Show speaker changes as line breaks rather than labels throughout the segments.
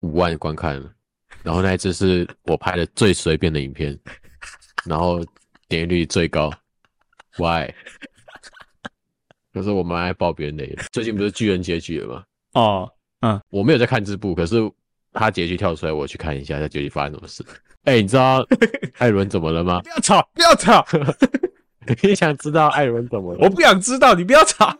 五万观看了，然后那一支是我拍的最随便的影片，然后点击率最高。Why？可是我蛮爱爆别人雷的。最近不是巨人结局了吗？
哦，
我没有在看这部，可是他结局跳出来，我去看一下他结局发生什么事。哎、你知道艾伦怎么了吗
不？要吵，不要 吵，
你想知道艾伦怎么了？
我不想知道，你不要吵。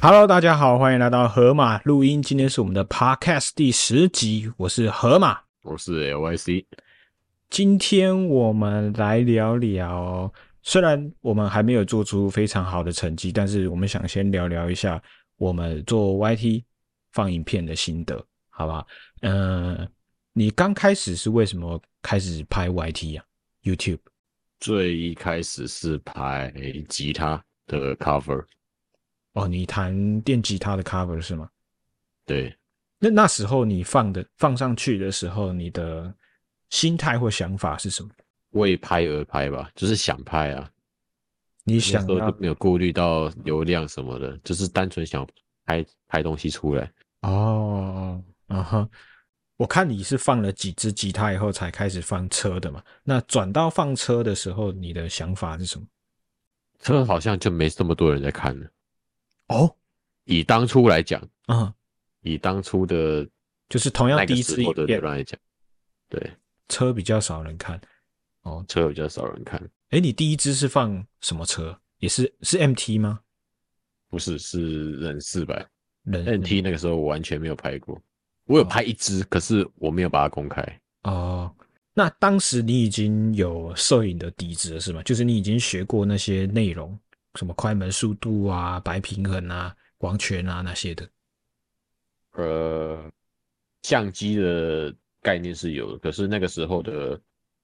Hello，大家好，欢迎来到河马录音，今天是我们的 Podcast 第十集，我是河马。
我是 LYC，
今天我们来聊聊，虽然我们还没有做出非常好的成绩，但是我们想先聊聊一下我们做 YT 放影片的心得，好吧？呃，你刚开始是为什么开始拍 YT 啊？YouTube
最一开始是拍吉他的 cover，
哦，你弹电吉他的 cover 是吗？
对，
那那时候你放的放上去的时候，你的心态或想法是什么？
为拍而拍吧，就是想拍啊，
你
那
想
时候
要
就没有顾虑到流量什么的，就是单纯想拍拍东西出来。
哦，嗯哼，我看你是放了几支吉他以后才开始放车的嘛？那转到放车的时候，你的想法是什么？
车好像就没这么多人在看了。
哦，
以当初来讲，
嗯，
以当初的
就是同样
那
第
个
一次
时
影
候的流
片，
量来讲，对，
车比较少人看。哦，
车比较少人看。
哎，你第一支是放什么车？也是是 MT 吗？
不是，是人四百
人
NT 那个时候我完全没有拍过，我有拍一支，可是我没有把它公开。
哦，那当时你已经有摄影的底子了是吗？就是你已经学过那些内容，什么快门速度啊、白平衡啊、光圈啊那些的。
呃，相机的概念是有的，可是那个时候的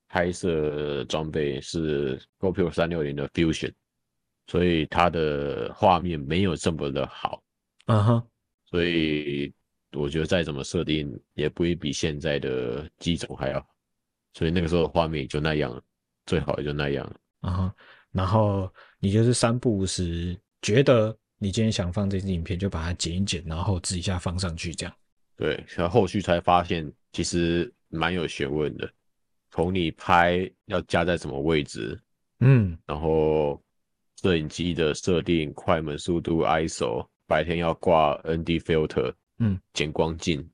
拍摄装备是 GoPro 三六零的 Fusion，所以它的画面没有这么的好，
嗯哼，
所以我觉得再怎么设定也不会比现在的机种还要好，所以那个时候的画面也就那样了，最好也就那样了。
啊哈，然后你就是三不五时，觉得你今天想放这支影片，就把它剪一剪，然后后置一下放上去，这样。
对，然后后续才发现其实蛮有学问的，从你拍要加在什么位置，
嗯，
然后摄影机的设定、快门速度、ISO，白天要挂 ND filter，
嗯，
减光镜，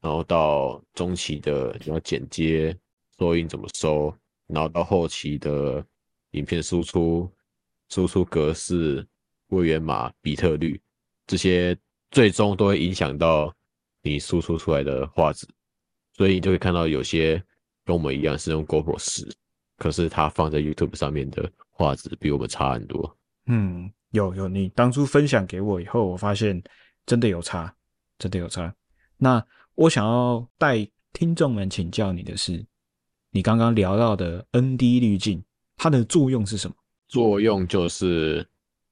然后到中期的你要剪接、收音怎么收，然后到后期的影片输出、输出格式、位元码、比特率，这些最终都会影响到你输出出来的画质，所以你就会看到有些跟我们一样是用 GoPro 十。可是它放在 YouTube 上面的画质比我们差很多。
嗯，有有，你当初分享给我以后，我发现真的有差，真的有差。那我想要带听众们请教你的是，你刚刚聊到的 ND 滤镜，它的作用是什么？
作用就是，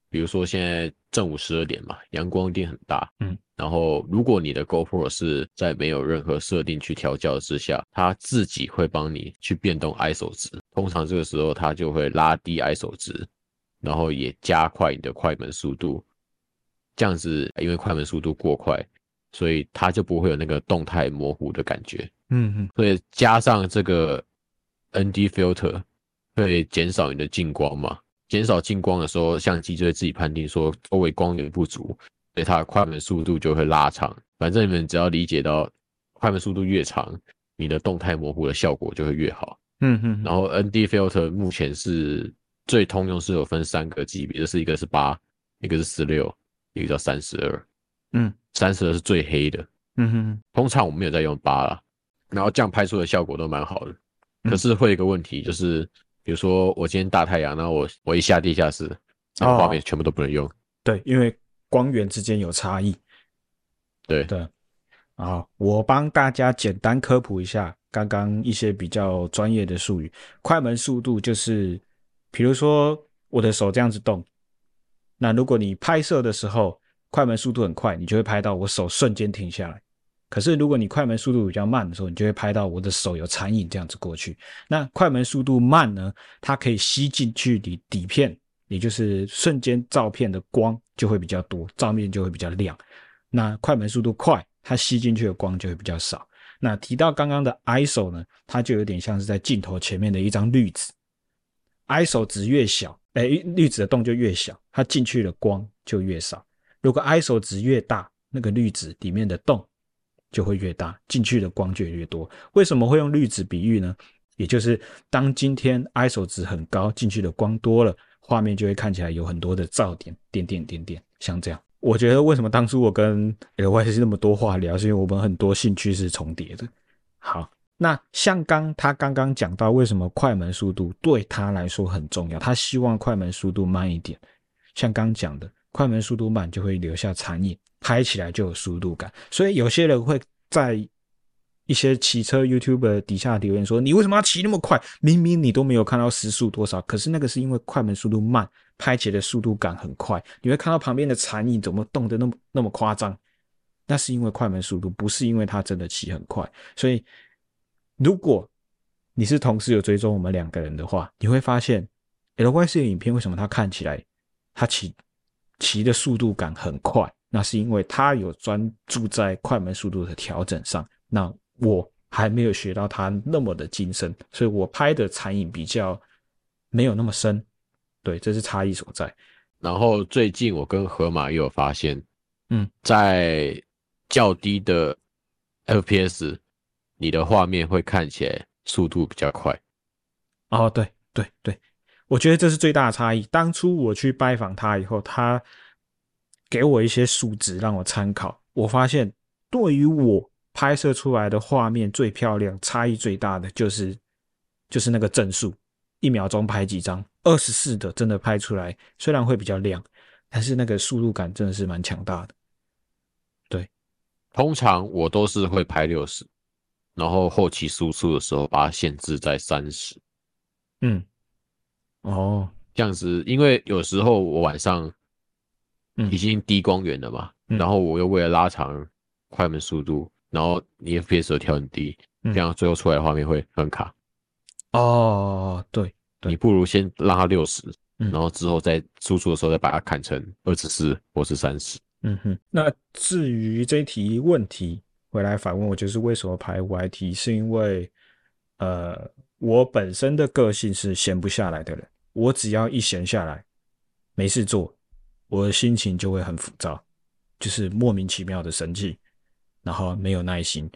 比如说现在正午十二点嘛，阳光一定很大，
嗯，
然后如果你的 GoPro 是在没有任何设定去调校之下，它自己会帮你去变动 ISO 值，通常这个时候它就会拉低 ISO 值，然后也加快你的快门速度，这样子因为快门速度过快，所以它就不会有那个动态模糊的感觉。
嗯嗯，
所以加上这个 ND filter 会减少你的进光嘛？减少进光的时候，相机就会自己判定说周围光源不足，所以它的快门速度就会拉长。反正你们只要理解到快门速度越长，你的动态模糊的效果就会越好。
嗯嗯，
然后 ND filter 目前是最通用，是有分三个级别，就是一个是八，一个是十六，一个叫三十二。
嗯，
三十二是最黑的，
嗯嗯
通常我们有在用八啦，然后这样拍出的效果都蛮好的。
嗯
可是会有一个问题，就是比如说我今天大太阳，然后我我一下地下室，然后画面全部都不能用。
对，因为光源之间有差异。
对
对，好，我帮大家简单科普一下刚刚一些比较专业的术语。快门速度就是，比如说我的手这样子动，那如果你拍摄的时候快门速度很快，你就会拍到我手瞬间停下来。可是如果你快门速度比较慢的时候，你就会拍到我的手有残影这样子过去。那快门速度慢呢，它可以吸进去你底片，也就是瞬间照片的光就会比较多，照面就会比较亮。那快门速度快，它吸进去的光就会比较少。那提到刚刚的 ISO 呢，它就有点像是在镜头前面的一张滤纸，ISO 值越小，哎，滤纸的洞就越小，它进去的光就越少。如果 ISO 值越大，那个滤纸里面的洞就会越大，进去的光就越多。为什么会用滤纸比喻呢？也就是当今天 ISO 值很高，进去的光多了，画面就会看起来有很多的噪点，点点点点，像这样。我觉得为什么当初我跟 LYC 那么多话聊，是因为我们很多兴趣是重叠的。好，那像刚他刚刚讲到，为什么快门速度对他来说很重要，他希望快门速度慢一点。像刚讲的，快门速度慢就会留下残影，拍起来就有速度感。所以有些人会在一些骑车 YouTube 底下留言说：“你为什么要骑那么快？明明你都没有看到时速多少。”可是那个是因为快门速度慢，拍起来的速度感很快，你会看到旁边的残影怎么动得那么那么夸张。那是因为快门速度，不是因为它真的骑很快。所以，如果你是同时有追踪我们两个人的话，你会发现 LYC 的影片为什么它看起来它骑骑的速度感很快，那是因为他有专注在快门速度的调整上。那我还没有学到他那么的精深，所以我拍的残影比较没有那么深。对，这是差异所在。
然后最近我跟河马也有发现，
嗯，
在较低的 FPS，你的画面会看起来速度比较快。
哦，对对对，我觉得这是最大的差异。当初我去拜访他以后，他给我一些数值让我参考，我发现对于我拍摄出来的画面最漂亮，差异最大的就是就是那个帧数，一秒钟拍几张，二十四的真的拍出来，虽然会比较亮，但是那个速度感真的是蛮强大的。
通常我都是会拍六十，然后后期输出的时候把它限制在三十，
嗯，哦，
这样子，因为有时候我晚上
嗯
已经低光源了嘛，
嗯
然后我又为了拉长快门速度，然后你 FPS 又调很低，
嗯
这样最后出来的画面会很卡。
哦，对，对
你不如先让它六十，
嗯
然后之后再输出的时候再把它砍成二十四或是三十。
嗯哼，那至于这一题问题，回来反问我，就是为什么排 YT，是因为呃，我本身的个性是闲不下来的人，我只要一闲下来，没事做，我的心情就会很浮躁，就是莫名其妙的生气，然后没有耐心，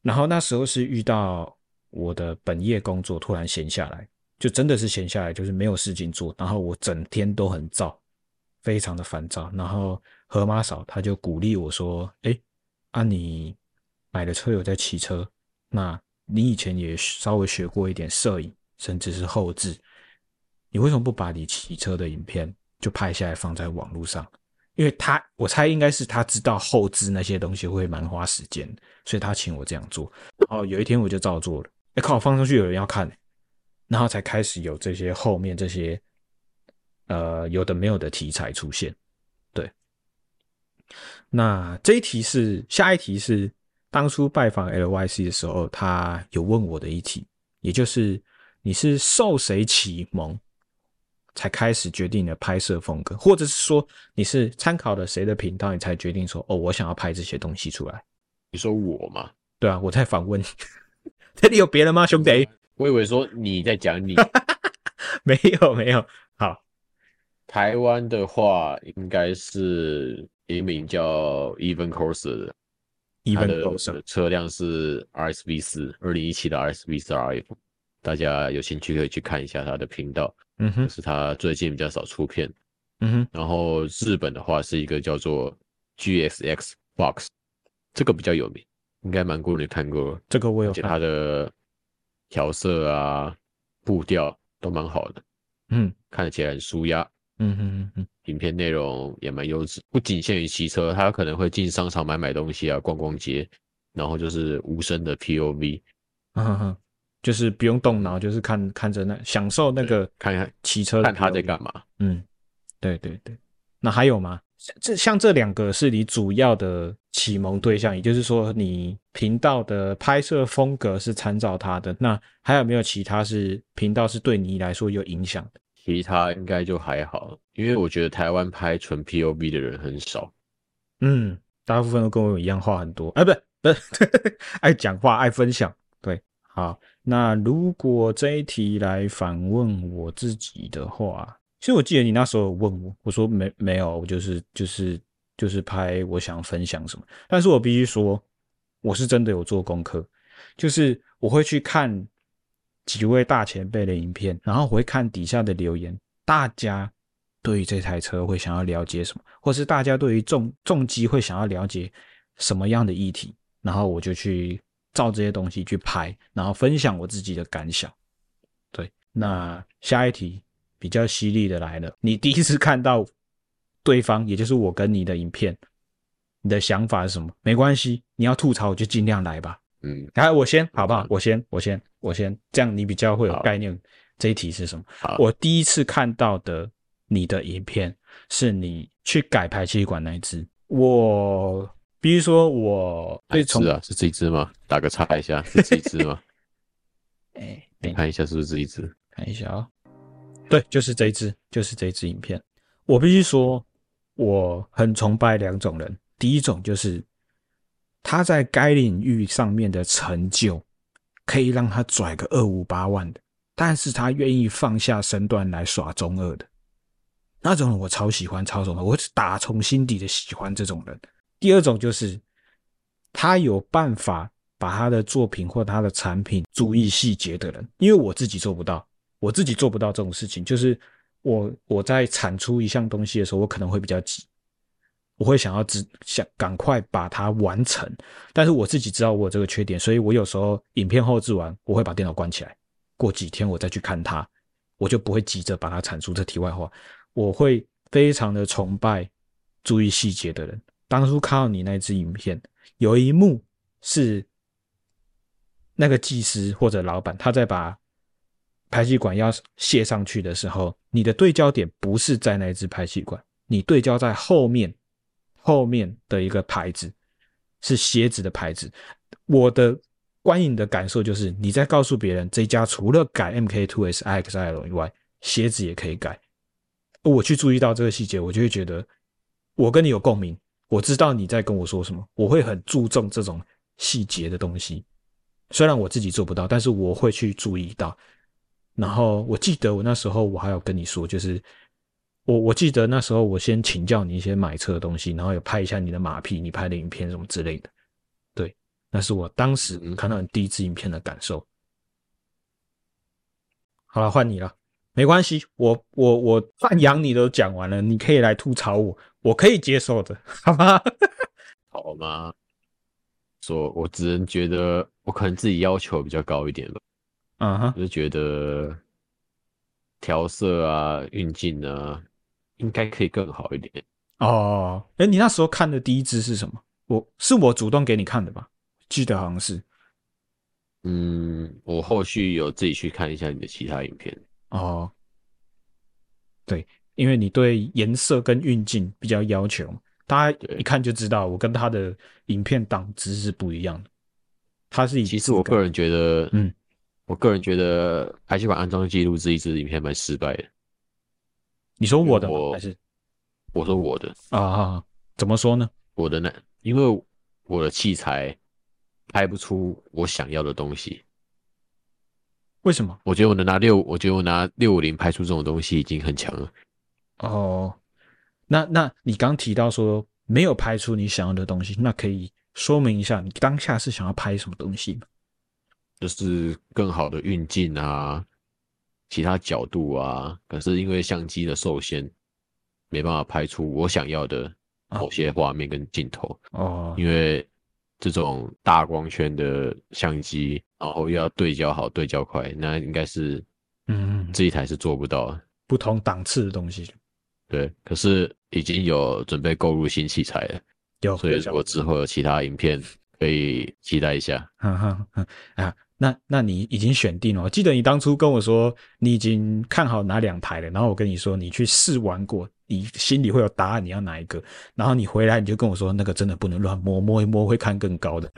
然后那时候是遇到我的本业工作突然闲下来，就真的是闲下来，就是没有事情做，然后我整天都很燥，非常的烦躁。然后河马嫂她就鼓励我说：“哎，啊你买了车有在骑车，那你以前也稍微学过一点摄影，甚至是后置，你为什么不把你骑车的影片就拍下来放在网络上？”因为他，我猜应该是他知道后置那些东西会蛮花时间的，所以他请我这样做。然后有一天我就照做了，哎靠，放上去有人要看、然后才开始有这些后面这些呃有的没有的题材出现。对，那这一题是下一题是当初拜访 LYC 的时候，他有问我的一题，也就是你是受谁启蒙才开始决定你的拍摄风格，或者是说你是参考了谁的频道，你才决定说哦，我想要拍这些东西出来？
你说我嘛？
对啊，我在反问你， 这里有别人吗，兄弟？
我以为说你在讲 你
没有，没有。好，
台湾的话，应该是一名叫 Even Corsa 的，
一
它
分
的
够上。
车辆是 RSV 四，二零一七的 RSV 四 RF。大家有兴趣可以去看一下他的频道，
嗯
就
哼，
是他最近比较少出片。
嗯哼，
然后日本的话是一个叫做 GXX Box，这个比较有名，应该蛮多人看过，
这个我有
而且
看。
它的调色啊、步调都蛮好的，
嗯
看起来很舒压。
嗯哼哼
影片内容也蛮优质，不仅限于骑车，他可能会进商场买买东西啊，逛逛街，然后就是无声的 POV，
哼嗯哼哼，就是不用动脑，就是看看着那享受那个
看看
骑车的
看他在
流
干嘛。
嗯，对对对。那还有吗？像这像这两个是你主要的启蒙对象，也就是说你频道的拍摄风格是参照他的。那还有没有其他是频道是对你来说有影响的？
其他应该就还好，因为我觉得台湾拍纯 POV 的人很少。
嗯，大部分都跟我一样话很多，哎、不是不 是，爱讲话爱分享。对，好，那如果这一题来反问我自己的话，其实我记得你那时候有问我，我说没没有，我就是就是就是拍我想分享什么，但是我必须说，我是真的有做功课，就是我会去看几位大前辈的影片，然后我会看底下的留言，大家对于这台车会想要了解什么，或是大家对于重重机会想要了解什么样的议题，然后我就去照这些东西去拍，然后分享我自己的感想。对，那下一题比较犀利的来了，你第一次看到对方，也就是我跟你的影片，你的想法是什么？没关系，你要吐槽就尽量来吧。
嗯，
来，我先好不好
嗯？
我先，我先，我先，这样你比较会有
好
概念。这一题是什么
好？
我第一次看到的你的影片是你去改排气管那一只。我比如说我对从
是啊，是这一只吗？打个叉一下，是这一只 吗？
哎，
你
等一下
看一下是不是这一只？
看一下啊、对，就是这一支，就是这一支影片。我必须说，我很崇拜两种人。第一种就是他在该领域上面的成就，可以让他拽个二五八万的，但是他愿意放下身段来耍中二的，那种人我超喜欢，超崇拜，我是打从心底的喜欢这种人。第二种就是他有办法把他的作品或他的产品注意细节的人，因为我自己做不到，我自己做不到这种事情。就是我我在产出一项东西的时候，我可能会比较急，我会想要只想赶快把它完成，但是我自己知道我有这个缺点，所以我有时候影片后置完，我会把电脑关起来，过几天我再去看它，我就不会急着把它产出。这题外话，我会非常的崇拜注意细节的人。当初看到你那支影片，有一幕是那个技师或者老板他在把排气管要卸上去的时候，你的对焦点不是在那一只排气管，你对焦在后面后面的一个牌子，是鞋子的牌子。我的观影的感受就是，你在告诉别人这家除了改 MK Two S IXL 以外，鞋子也可以改。我去注意到这个细节，我就会觉得我跟你有共鸣，我知道你在跟我说什么，我会很注重这种细节的东西。虽然我自己做不到，但是我会去注意到。然后我记得我那时候我还有跟你说，就是我我记得那时候我先请教你一些买车的东西，然后有拍一下你的马屁，你拍的影片什么之类的。对，那是我当时
嗯
看到你第一支影片的感受。好了，换你了。没关系，我我我赞扬你都讲完了，你可以来吐槽我，我可以接受的，好吗？
好吗？说，我只能觉得我可能自己要求比较高一点吧，
嗯哼
我，就觉得调色啊、运镜啊，应该可以更好一点。
哦，哎，你那时候看的第一支是什么？我是我主动给你看的吧？记得好像是。
嗯，我后续有自己去看一下你的其他影片。
哦，对，因为你对颜色跟运镜比较要求嘛，大家
对
一看就知道我跟他的影片档次是不一样的。他是以
其
质
实我
感
个人觉得，
嗯，
我个人觉得排气管安装记录这一支影片蛮失败的。
你说我的吗？
我
还是
我说我的，
啊啊啊怎么说呢？
我的那，因为我的器材拍不出我想要的东西。
为什么？
我觉得我能拿六，我觉得我拿六五零拍出这种东西已经很强了。
哦，那那你刚提到说没有拍出你想要的东西，那可以说明一下你当下是想要拍什么东西吗？
就是更好的运镜啊，其他角度啊，可是因为相机的受限，没办法拍出我想要的
啊
某些画面跟镜头。
哦，
因为这种大光圈的相机，然后又要对焦好、对焦快，那应该是
嗯，
这一台是做不到的。
不同档次的东西。
对，可是已经有准备购入新器材了，
有，
所以我之后有其他影片可以期待一下。
哈哈哈啊，那那你已经选定了？我记得你当初跟我说你已经看好哪两台了，然后我跟你说你去试玩过，你心里会有答案，你要哪一个？然后你回来你就跟我说那个真的不能乱摸，摸一摸会看更高的。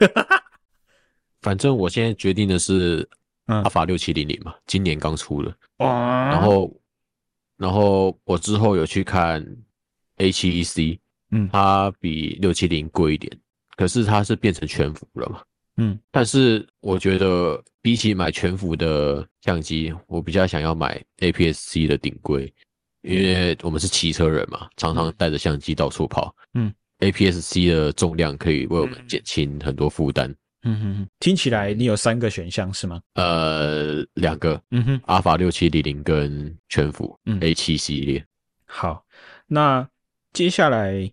反正我现在决定的是
嗯啊
阿，法六七零零嘛，今年刚出的。
哇
然后，然后我之后有去看 A 七 E C，
嗯
它比六七零贵一点，可是它是变成全幅了嘛。
嗯，
但是我觉得比起买全幅的相机，我比较想要买 APS-C 的顶规，因为我们是骑车人嘛，常常带着相机到处跑。
嗯
，APS-C 的重量可以为我们减轻很多负担。
嗯哼哼，听起来你有三个选项是吗？
呃，两个
嗯哼，
阿法六七零零跟全幅
嗯
A 七系列。
好，那接下来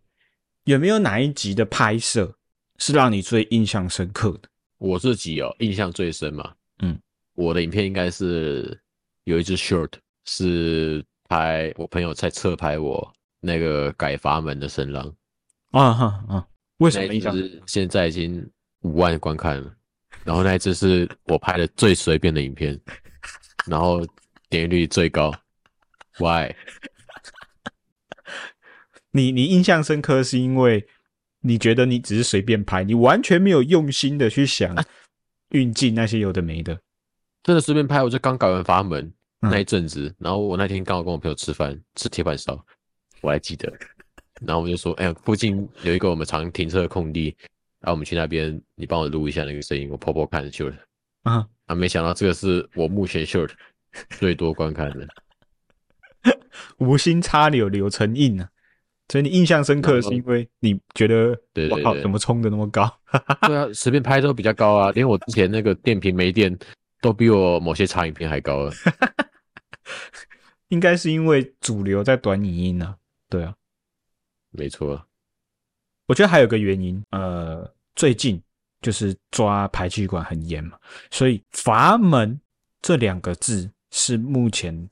有没有哪一集的拍摄是让你最印象深刻的？
我自己哦，印象最深嘛，
嗯，
我的影片应该是有一支 short 是拍我朋友在侧拍我那个改阀门的声浪，
啊哈啊，为什
那
么
一
印象？
支现在已经五万观看了，然后那一支是我拍的最随便的影片，然后点击率最高。Why？
你你印象深刻是因为你觉得你只是随便拍，你完全没有用心的去想
啊
运镜那些有的没的。
真的随便拍，我就刚改完阀门
嗯
那一阵子，然后我那天刚好跟我朋友吃饭，吃铁板烧，我还记得。然后我就说，哎、呀，附近有一个我们常停车的空地，然后我们去那边，你帮我录一下那个声音，我婆婆看 short
啊，
啊，没想到这个是我目前 short 最多观看的。
无心插柳柳成荫啊，所以你印象深刻是因为你觉得
哦对
我
对
靠，
对
怎么冲的那么高？
对啊，随便拍都比较高啊，连我之前那个电瓶没电，都比我某些长影片还高啊了。
应该是因为主流在短影音啊。对啊，
没错，
我觉得还有个原因，呃，最近就是抓排气管很严嘛，所以阀门这两个字是目前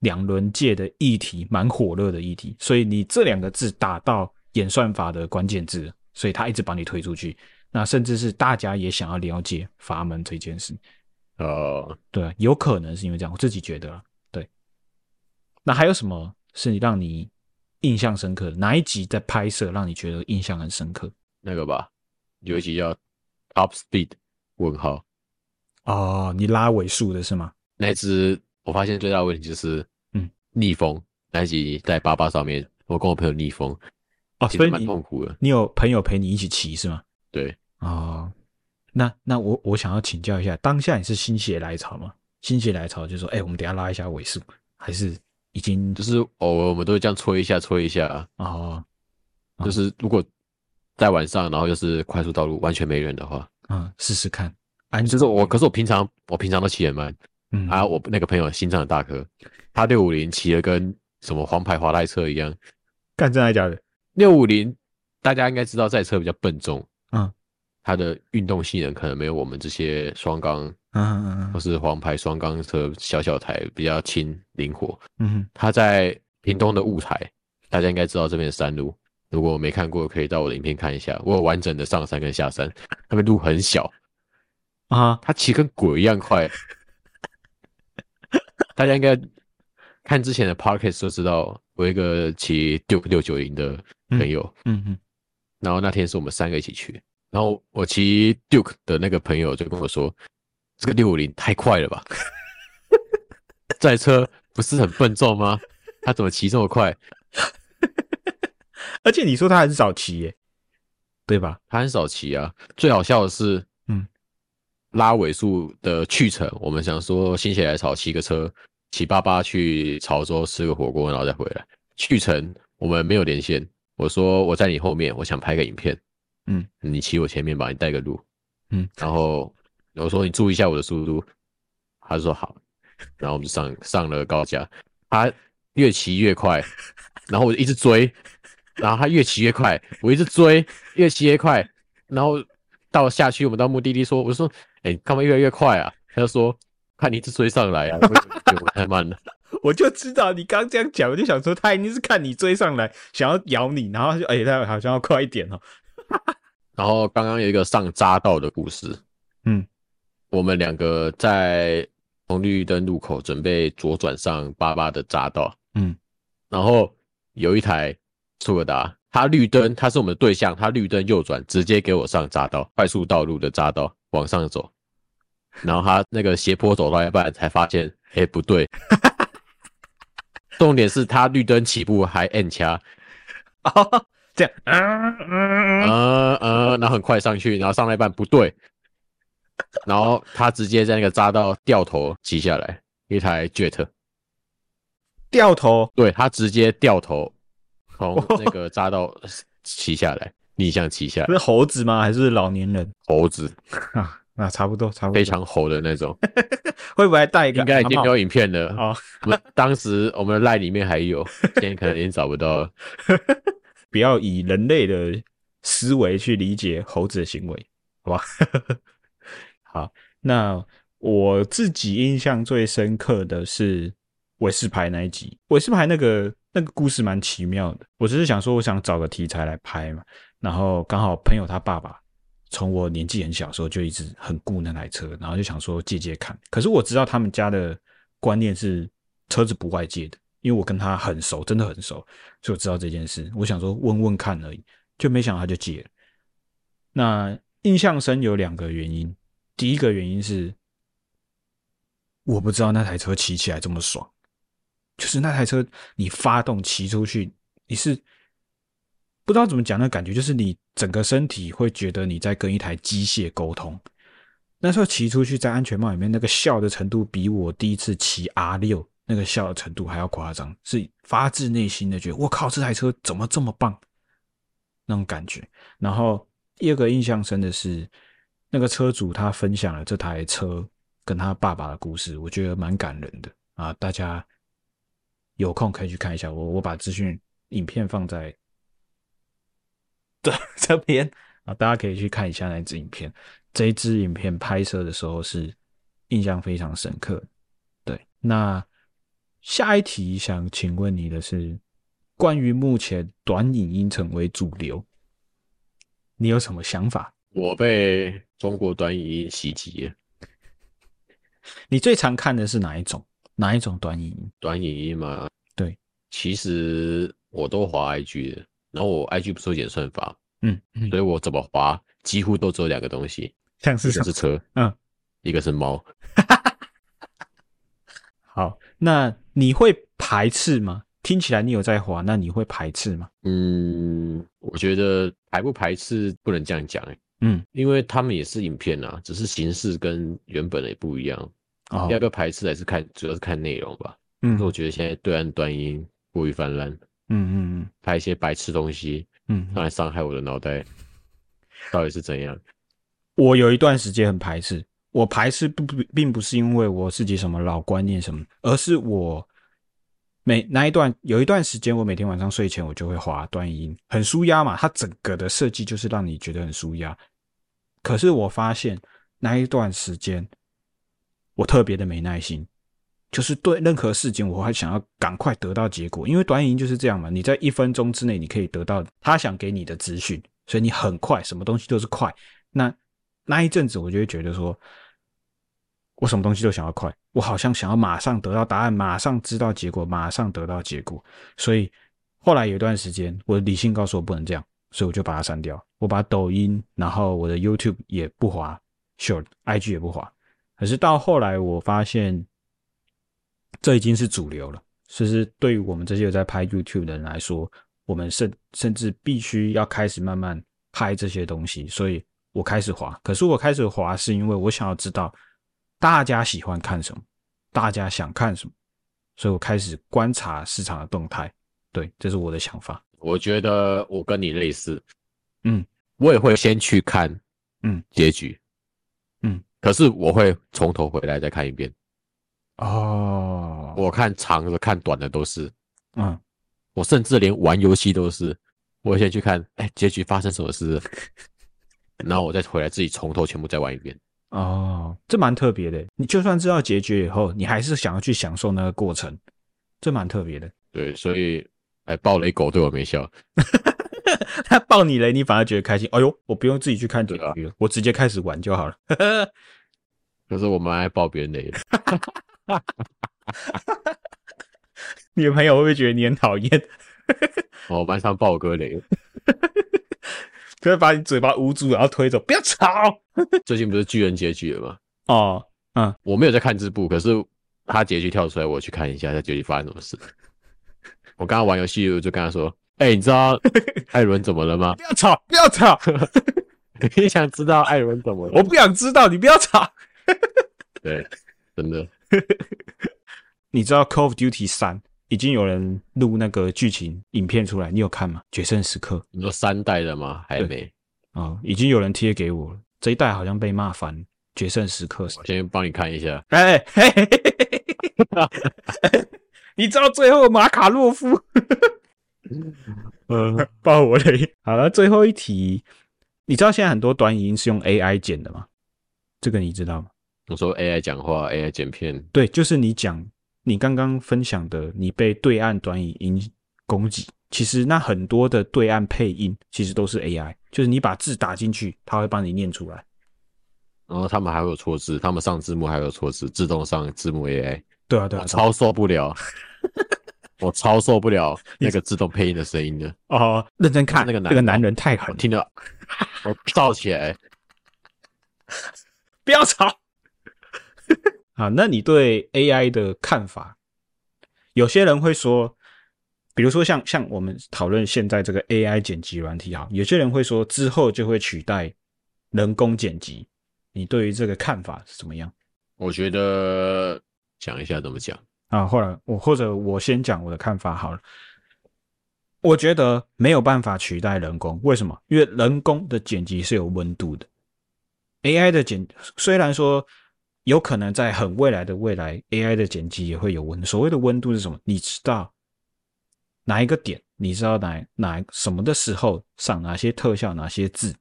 两轮界的议题，蛮火热的议题，所以你这两个字打到演算法的关键字，所以他一直把你推出去。那甚至是大家也想要了解阀门这件事，
呃，
对啊，有可能是因为这样，我自己觉得啦，对。那还有什么是你让你印象深刻的？哪一集在拍摄让你觉得印象很深刻？
那个吧，有一集叫 Top Speed 问号。
哦，你拉尾数的是吗？
那一只我发现最大的问题就是，
嗯，
逆风那一集在巴巴上面，我跟我朋友逆风，
哦，
其
所
实
以
蛮
你
痛苦的。
你有朋友陪你一起骑是吗？
对，
哦，那那我我想要请教一下，当下你是心血来潮吗？心血来潮就说，哎、我们等一下拉一下尾数，还是已经
就是偶尔我们都会这样吹一下，吹一下，
哦，啊
就是如果在晚上，然后又是快速道路完全没人的话，
嗯，试试看，安
就是我，可是我平常我平常都骑很慢
啊嗯
啊，我那个朋友心脏很大颗，他六五零骑的跟什么黄牌滑带车一样，
干真的假的？
六五零大家应该知道赛车比较笨重，
嗯，
它的运动性能可能没有我们这些双缸
嗯嗯
或
嗯
是黄牌双缸车小小台比较轻灵活。
嗯
它在屏东的雾台，大家应该知道这边的山路。如果没看过，可以到我的影片看一下，我有完整的上山跟下山。那边路很小，
嗯啊，
它骑跟鬼一样快。大家应该看之前的 p o c k e t 就知道，我有一个骑六六九零的朋友，
嗯嗯
然后那天是我们三个一起去，然后我骑 Duke 的那个朋友就跟我说，这个六五零太快了吧，这台车不是很笨重吗？他怎么骑这么快？
而且你说他很少骑耶，对吧？
他很少骑啊。最好笑的是，
嗯，
拉尾数的去程，我们想说心血来潮骑个车，骑爸爸去潮州吃个火锅，然后再回来。去程我们没有连线，我说我在你后面，我想拍个影片，
嗯，
你骑我前面吧，你带个路，
嗯，
然后我说你注意一下我的速度，他就说好，然后我们就上上了高架，他越骑越快，然后我就一直追，然后他越骑越快，我一直追，越骑越快，然后到下去，我们到目的地说，我就说，哎、干嘛越来越快啊？他就说，看你一直追上来啊，我以为你觉得我太慢了。
我就知道你刚这样讲，我就想说他一定是看你追上来，想要咬你，然后他就哎、他好像要快一点哦。
然后刚刚有一个上匝道的故事，
嗯，
我们两个在红绿灯路口准备左转上八八的匝道，
嗯，
然后有一台苏格达，它绿灯，它是我们的对象，它绿灯右转，直接给我上匝道，快速道路的匝道往上走，然后它那个斜坡走到一半才发现，哎，不对， 重点是它绿灯起步还按掐，
这样，嗯嗯，
呃呃，然后很快上去，然后上到一半不对，然后他直接在那个匝道掉头骑下来，一台 Jet，
掉头，
对他直接掉头从那个匝道哦 骑下来，逆向骑下来，
是猴子吗？还是老年人
猴子
啊？那差不多，差不多。
非常猴的那种，
会不会还带一个
应该已经
阿
没
嬷
有影片了。
哦，
我们当时我们的 line 里面还有，现在可能已经找不到了。
不要以人类的思维去理解猴子的行为，好吧？ 好，那我自己印象最深刻的是韦氏牌那一集，韦氏牌那个那个故事蛮奇妙的。我只是想说，我想找个题材来拍嘛，然后刚好朋友他爸爸。从我年纪很小的时候就一直很顾那台车，然后就想说借借看。可是我知道他们家的观念是车子不外借的，因为我跟他很熟，真的很熟。所以我知道这件事，我想说问问看而已，就没想到他就戒了。那印象深有两个原因，第一个原因是我不知道那台车骑起来这么爽，就是那台车你发动骑出去，你是不知道怎么讲，那感觉就是你整个身体会觉得你在跟一台机械沟通。那时候骑出去，在安全帽里面那个笑的程度，比我第一次骑 R 六那个笑的程度还要夸张，是发自内心的觉得我靠，这台车怎么这么棒那种感觉。然后第二个印象深的是，那个车主他分享了这台车跟他爸爸的故事，我觉得蛮感人的啊！大家有空可以去看一下，我我把资讯影片放在这 这边啊，大家可以去看一下那支影片。这一支影片拍摄的时候是印象非常深刻的。对，那下一题想请问你的是，关于目前短影音成为主流，你有什么想法？
我被中国短影音袭击了，
你最常看的是哪一种？哪一种短影音？
短影音嘛，
对，
其实我都滑 IG 的，然后我 IG 不是有演算法吗
嗯嗯，
所以我怎么滑几乎都只有两个东西，
像是
一
什
个是？
么
车，
嗯，
一个是猫。
好，那你会排斥吗？听起来你有在滑，那你会排斥吗？
嗯，我觉得排不排斥不能这样讲、欸，
嗯，
因为他们也是影片啊，只是形式跟原本的不一样。
哦
要，不要排斥还是看，主要是看内容吧。
嗯
所以我觉得现在对岸端音过于泛滥，
嗯嗯
拍一些白痴东西，
嗯嗯，
上来伤害我的脑袋，到底是怎样？
我有一段时间很排斥，我排斥不不并不是因为我自己什么老观念什么，而是我每那一段有一段时间，我每天晚上睡前我就会滑端音，很舒压嘛，它整个的设计就是让你觉得很舒压。可是我发现那一段时间，我特别的没耐心，就是对任何事情我还想要赶快得到结果，因为短影音就是这样嘛，你在一分钟之内你可以得到他想给你的资讯，所以你很快，什么东西都是快。那那一阵子，我就会觉得说，我什么东西都想要快，我好像想要马上得到答案，马上知道结果，马上得到结果。所以后来有一段时间，我的理性告诉我不能这样，所以我就把它删掉。我把抖音，然后我的 YouTube 也不滑，Short，IG 也不滑。可是到后来，我发现这已经是主流了。就是对于我们这些有在拍 YouTube 的人来说，我们甚甚至必须要开始慢慢拍这些东西，所以我开始滑。可是我开始滑是因为我想要知道大家喜欢看什么，大家想看什么，所以我开始观察市场的动态。对，这是我的想法。
我觉得我跟你类似，
嗯，
我也会先去看，
嗯，
结局，
嗯，
可是我会从头回来再看一遍。
哦，
我看长的、看短的都是，
嗯，
我甚至连玩游戏都是，我会先去看，哎，结局发生什么事 了，然后我再回来自己从头全部再玩一遍。
哦，这蛮特别的。你就算知道结局以后，你还是想要去享受那个过程，这蛮特别的。
对，所以哎，暴雷狗对我没效，
他爆你雷，你反而觉得开心。哎呦，我不用自己去看结局
对
了，我直接开始玩就好了。
可是我蛮爱爆别人雷的。
你的朋友会不会觉得你很讨厌？
哦我蛮常爆我哥雷的，
就会把你嘴巴捂住，然后推走，不要吵。
最近不是巨人结局了吗？
哦，
我没有在看字幕，可是他结局跳出来，我去看一下，他结局发生什么事。我刚刚玩游戏，我就跟他说：“哎、你知道艾伦怎么了吗
不要吵，不要吵，？”
你想知道艾伦怎么了？
我不想知道，你不要吵。
对，真的，
你知道《Call of Duty 三》已经有人录那个剧情影片出来，你有看吗？决胜时刻
你说三代了吗？还没，
啊、哦已经有人贴给我了。这一代好像被骂翻了，《决胜时刻》
我先帮你看一下。
哎嘿嘿嘿嘿嘿 嘿，你知道最后马卡洛夫
嗯，
呃爆我雷。 好了，最后一题，你知道现在很多短影音是用 AI 剪的吗？这个你知道吗？
我说 AI 讲话，AI 剪片，
对，就是你讲你刚刚分享的，你被对岸短影音攻击，其实那很多的对岸配音其实都是 AI，就是你把字打进去，它会帮你念出来。
然后他们还会有错字，他们上字幕还会有错字，自动上字幕 AI，
对啊，对
我
啊，对啊
超受不 了，我超受不了那个自动配音的声音的，
哦，认真看
那个男
这
的
个男人太
我
狠，
听 到我燥起来。
不要 吵。啊，那你对 AI 的看法？有些人会说，比如说像像我们讨论现在这个 AI 剪辑软体哈，有些人会说之后就会取代人工剪辑，你对于这个看法是怎么样？
我觉得讲一下怎么讲，
啊，后来我或者我先讲我的看法好了。我觉得没有办法取代人工，为什么？因为人工的剪辑是有温度的，AI 的剪虽然说有可能在很未来的未来，AI 的剪辑也会有温度。所谓的温度是什么？你知道哪一个点？你知道哪哪什么的时候上哪些特效、哪些字，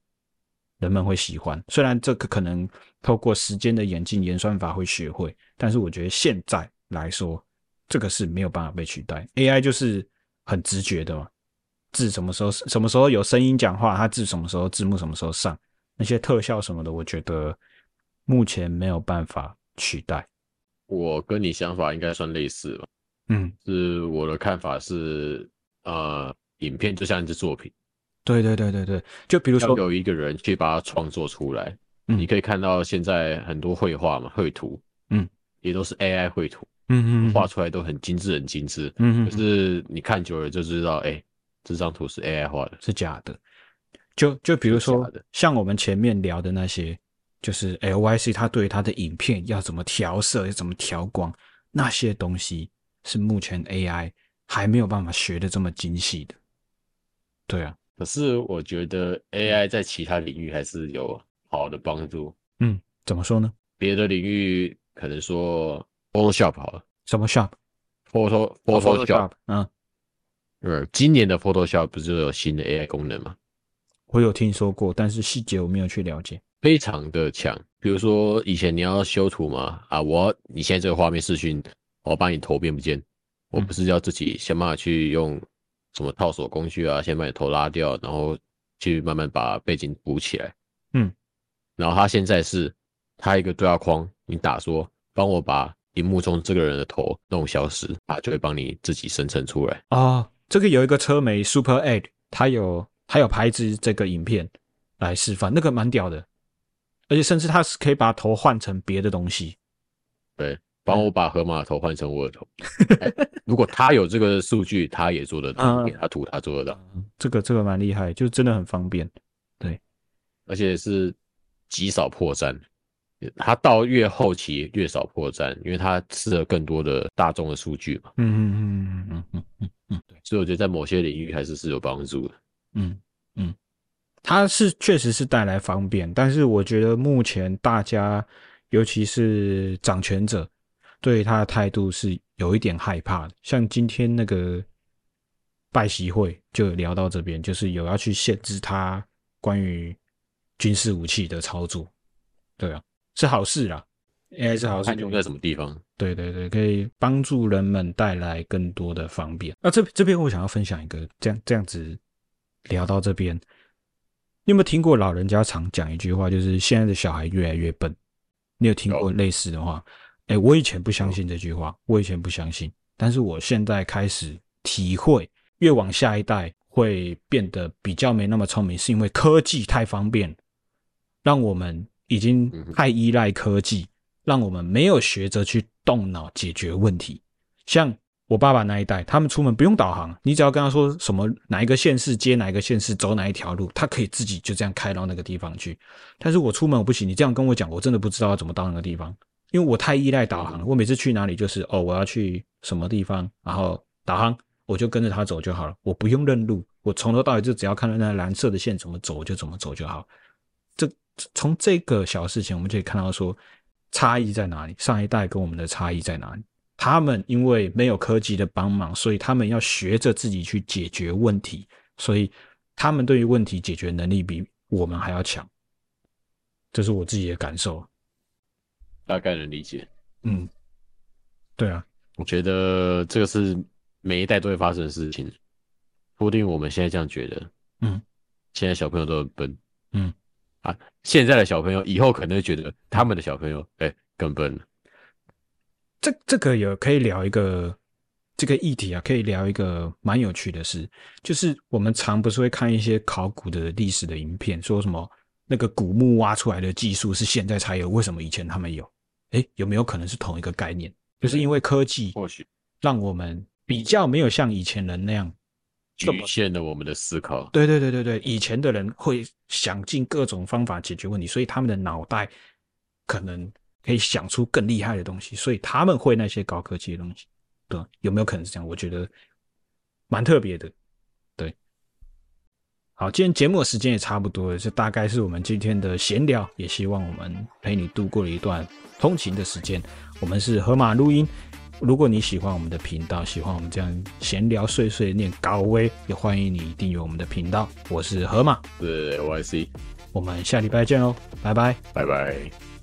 人们会喜欢。虽然这个可能透过时间的演进、演算法会学会，但是我觉得现在来说，这个是没有办法被取代。AI 就是很直觉的嘛，字什么时候什么时候有声音讲话，它字什么时候字幕什么时候上，那些特效什么的，我觉得目前没有办法取代。
我跟你想法应该算类似吧。
嗯，
是我的看法是，呃，影片就像一支作品，
对对对对对，就比如
要
说，
有一个人去把它创作出来。
嗯
你可以看到现在很多绘画嘛，绘图，
嗯，
也都是 AI 绘图，
嗯嗯嗯
画出来都很精致，很精致。
嗯嗯
可是你看久了就知道，哎、这张图是 AI 画的。
是假的。就就比如
是
说
假的，
像我们前面聊的那些，就是 L Y C 它对于它的影片要怎么调色，要怎么调光，那些东西是目前 A I 还没有办法学的这么精细的。对啊，
可是我觉得 AI 在其他领域还是有好的帮助。
嗯，怎么说呢？
别的领域可能说 Photoshop 好了
什么 shop
，Photo Photoshop，
嗯，
呃，今年的 Photoshop 不是有新的 AI 功能吗？
我有听说过，但是细节我没有去了解。
非常的强。比如说以前你要修图嘛，啊，我你现在这个画面视讯，我帮你头变不见，我不是要自己想办法去用什么套索工具啊，先把你头拉掉，然后去慢慢把背景补起来。
嗯，
然后他现在是他一个对话框，你打说帮我把荧幕中这个人的头弄消失，他就会帮你自己生成出来。
哦，这个有一个车媒 Super Ad，它有它有拍制这个影片来示范，那个蛮屌的，而且甚至它是可以把头换成别的东西。
帮我把河马的头换成我的头、哎如果他有这个数据，他也做得到，
嗯
给他图他做得到。
这个这个蛮厉害，就真的很方便。
而且是极少破绽。它到越后期越少破绽，因为它吃了更多的大众的数据嘛，
嗯嗯嗯嗯嗯
所以我觉得在某些领域还是是有帮助的。
嗯嗯，它是确实是带来方便，但是我觉得目前大家，尤其是掌权者，对他的态度是有一点害怕的。像今天那个拜习会就有聊到这边，就是有要去限制他关于军事武器的操作。对啊，是好事啦， AI 是好事
看，用在什么地方。
对对对，可以帮助人们带来更多的方便。那、这这边我想要分享一个，这样这样子聊到这边，你有没有听过老人家常讲一句话，就是现在的小孩越来越笨？你有听过类似的话？哎、我以前不相信这句话，我以前不相信，但是我现在开始体会，越往下一代会变得比较没那么聪明，是因为科技太方便，让我们已经
嗯哼
太依赖科技，让我们没有学着去动脑解决问题。像我爸爸那一代，他们出门不用导航，你只要跟他说什么哪一个县市接哪一个县市，走哪一条路，他可以自己就这样开到那个地方去。但是我出门我不行，你这样跟我讲，我真的不知道要怎么到那个地方，因为我太依赖导航了。我每次去哪里就是哦，我要去什么地方，然后导航我就跟着他走就好了，我不用认路，我从头到尾就只要看到那蓝色的线怎么走，我就怎么走就好。这从这个小事情，我们就可以看到说差异在哪里，上一代跟我们的差异在哪里。他们因为没有科技的帮忙，所以他们要学着自己去解决问题，所以他们对于问题解决能力比我们还要强。这是我自己的感受。
大概能理解。
嗯，对啊，
我觉得这个是每一代都会发生的事情，不一定我们现在这样觉得。
嗯，
现在小朋友都很笨。
嗯，
啊，现在的小朋友以后可能会觉得他们的小朋友哎、更笨了。
这这个有可以聊一个这个议题啊，可以聊一个蛮有趣的事，就是我们常不是会看一些考古的历史的影片，说什么那个古墓挖出来的技术是现在才有，为什么以前他们有？诶，有没有可能是同一个概念？就是因为科技
或许
让我们比较没有像以前人那样
局限了我们的思考。
对对对对对，以前的人会想尽各种方法解决问题，所以他们的脑袋可能可以想出更厉害的东西，所以他们会那些高科技的东西。对，有没有可能是这样？我觉得蛮特别的。对，好，今天节目的时间也差不多了，这大概是我们今天的闲聊，也希望我们陪你度过了一段通勤的时间。我们是河马录音。如果你喜欢我们的频道，喜欢我们这样闲聊碎碎念高危，也欢迎你订阅我们的频道。我是河马，
是 YC，
我们下礼拜见喽，拜拜。
拜拜。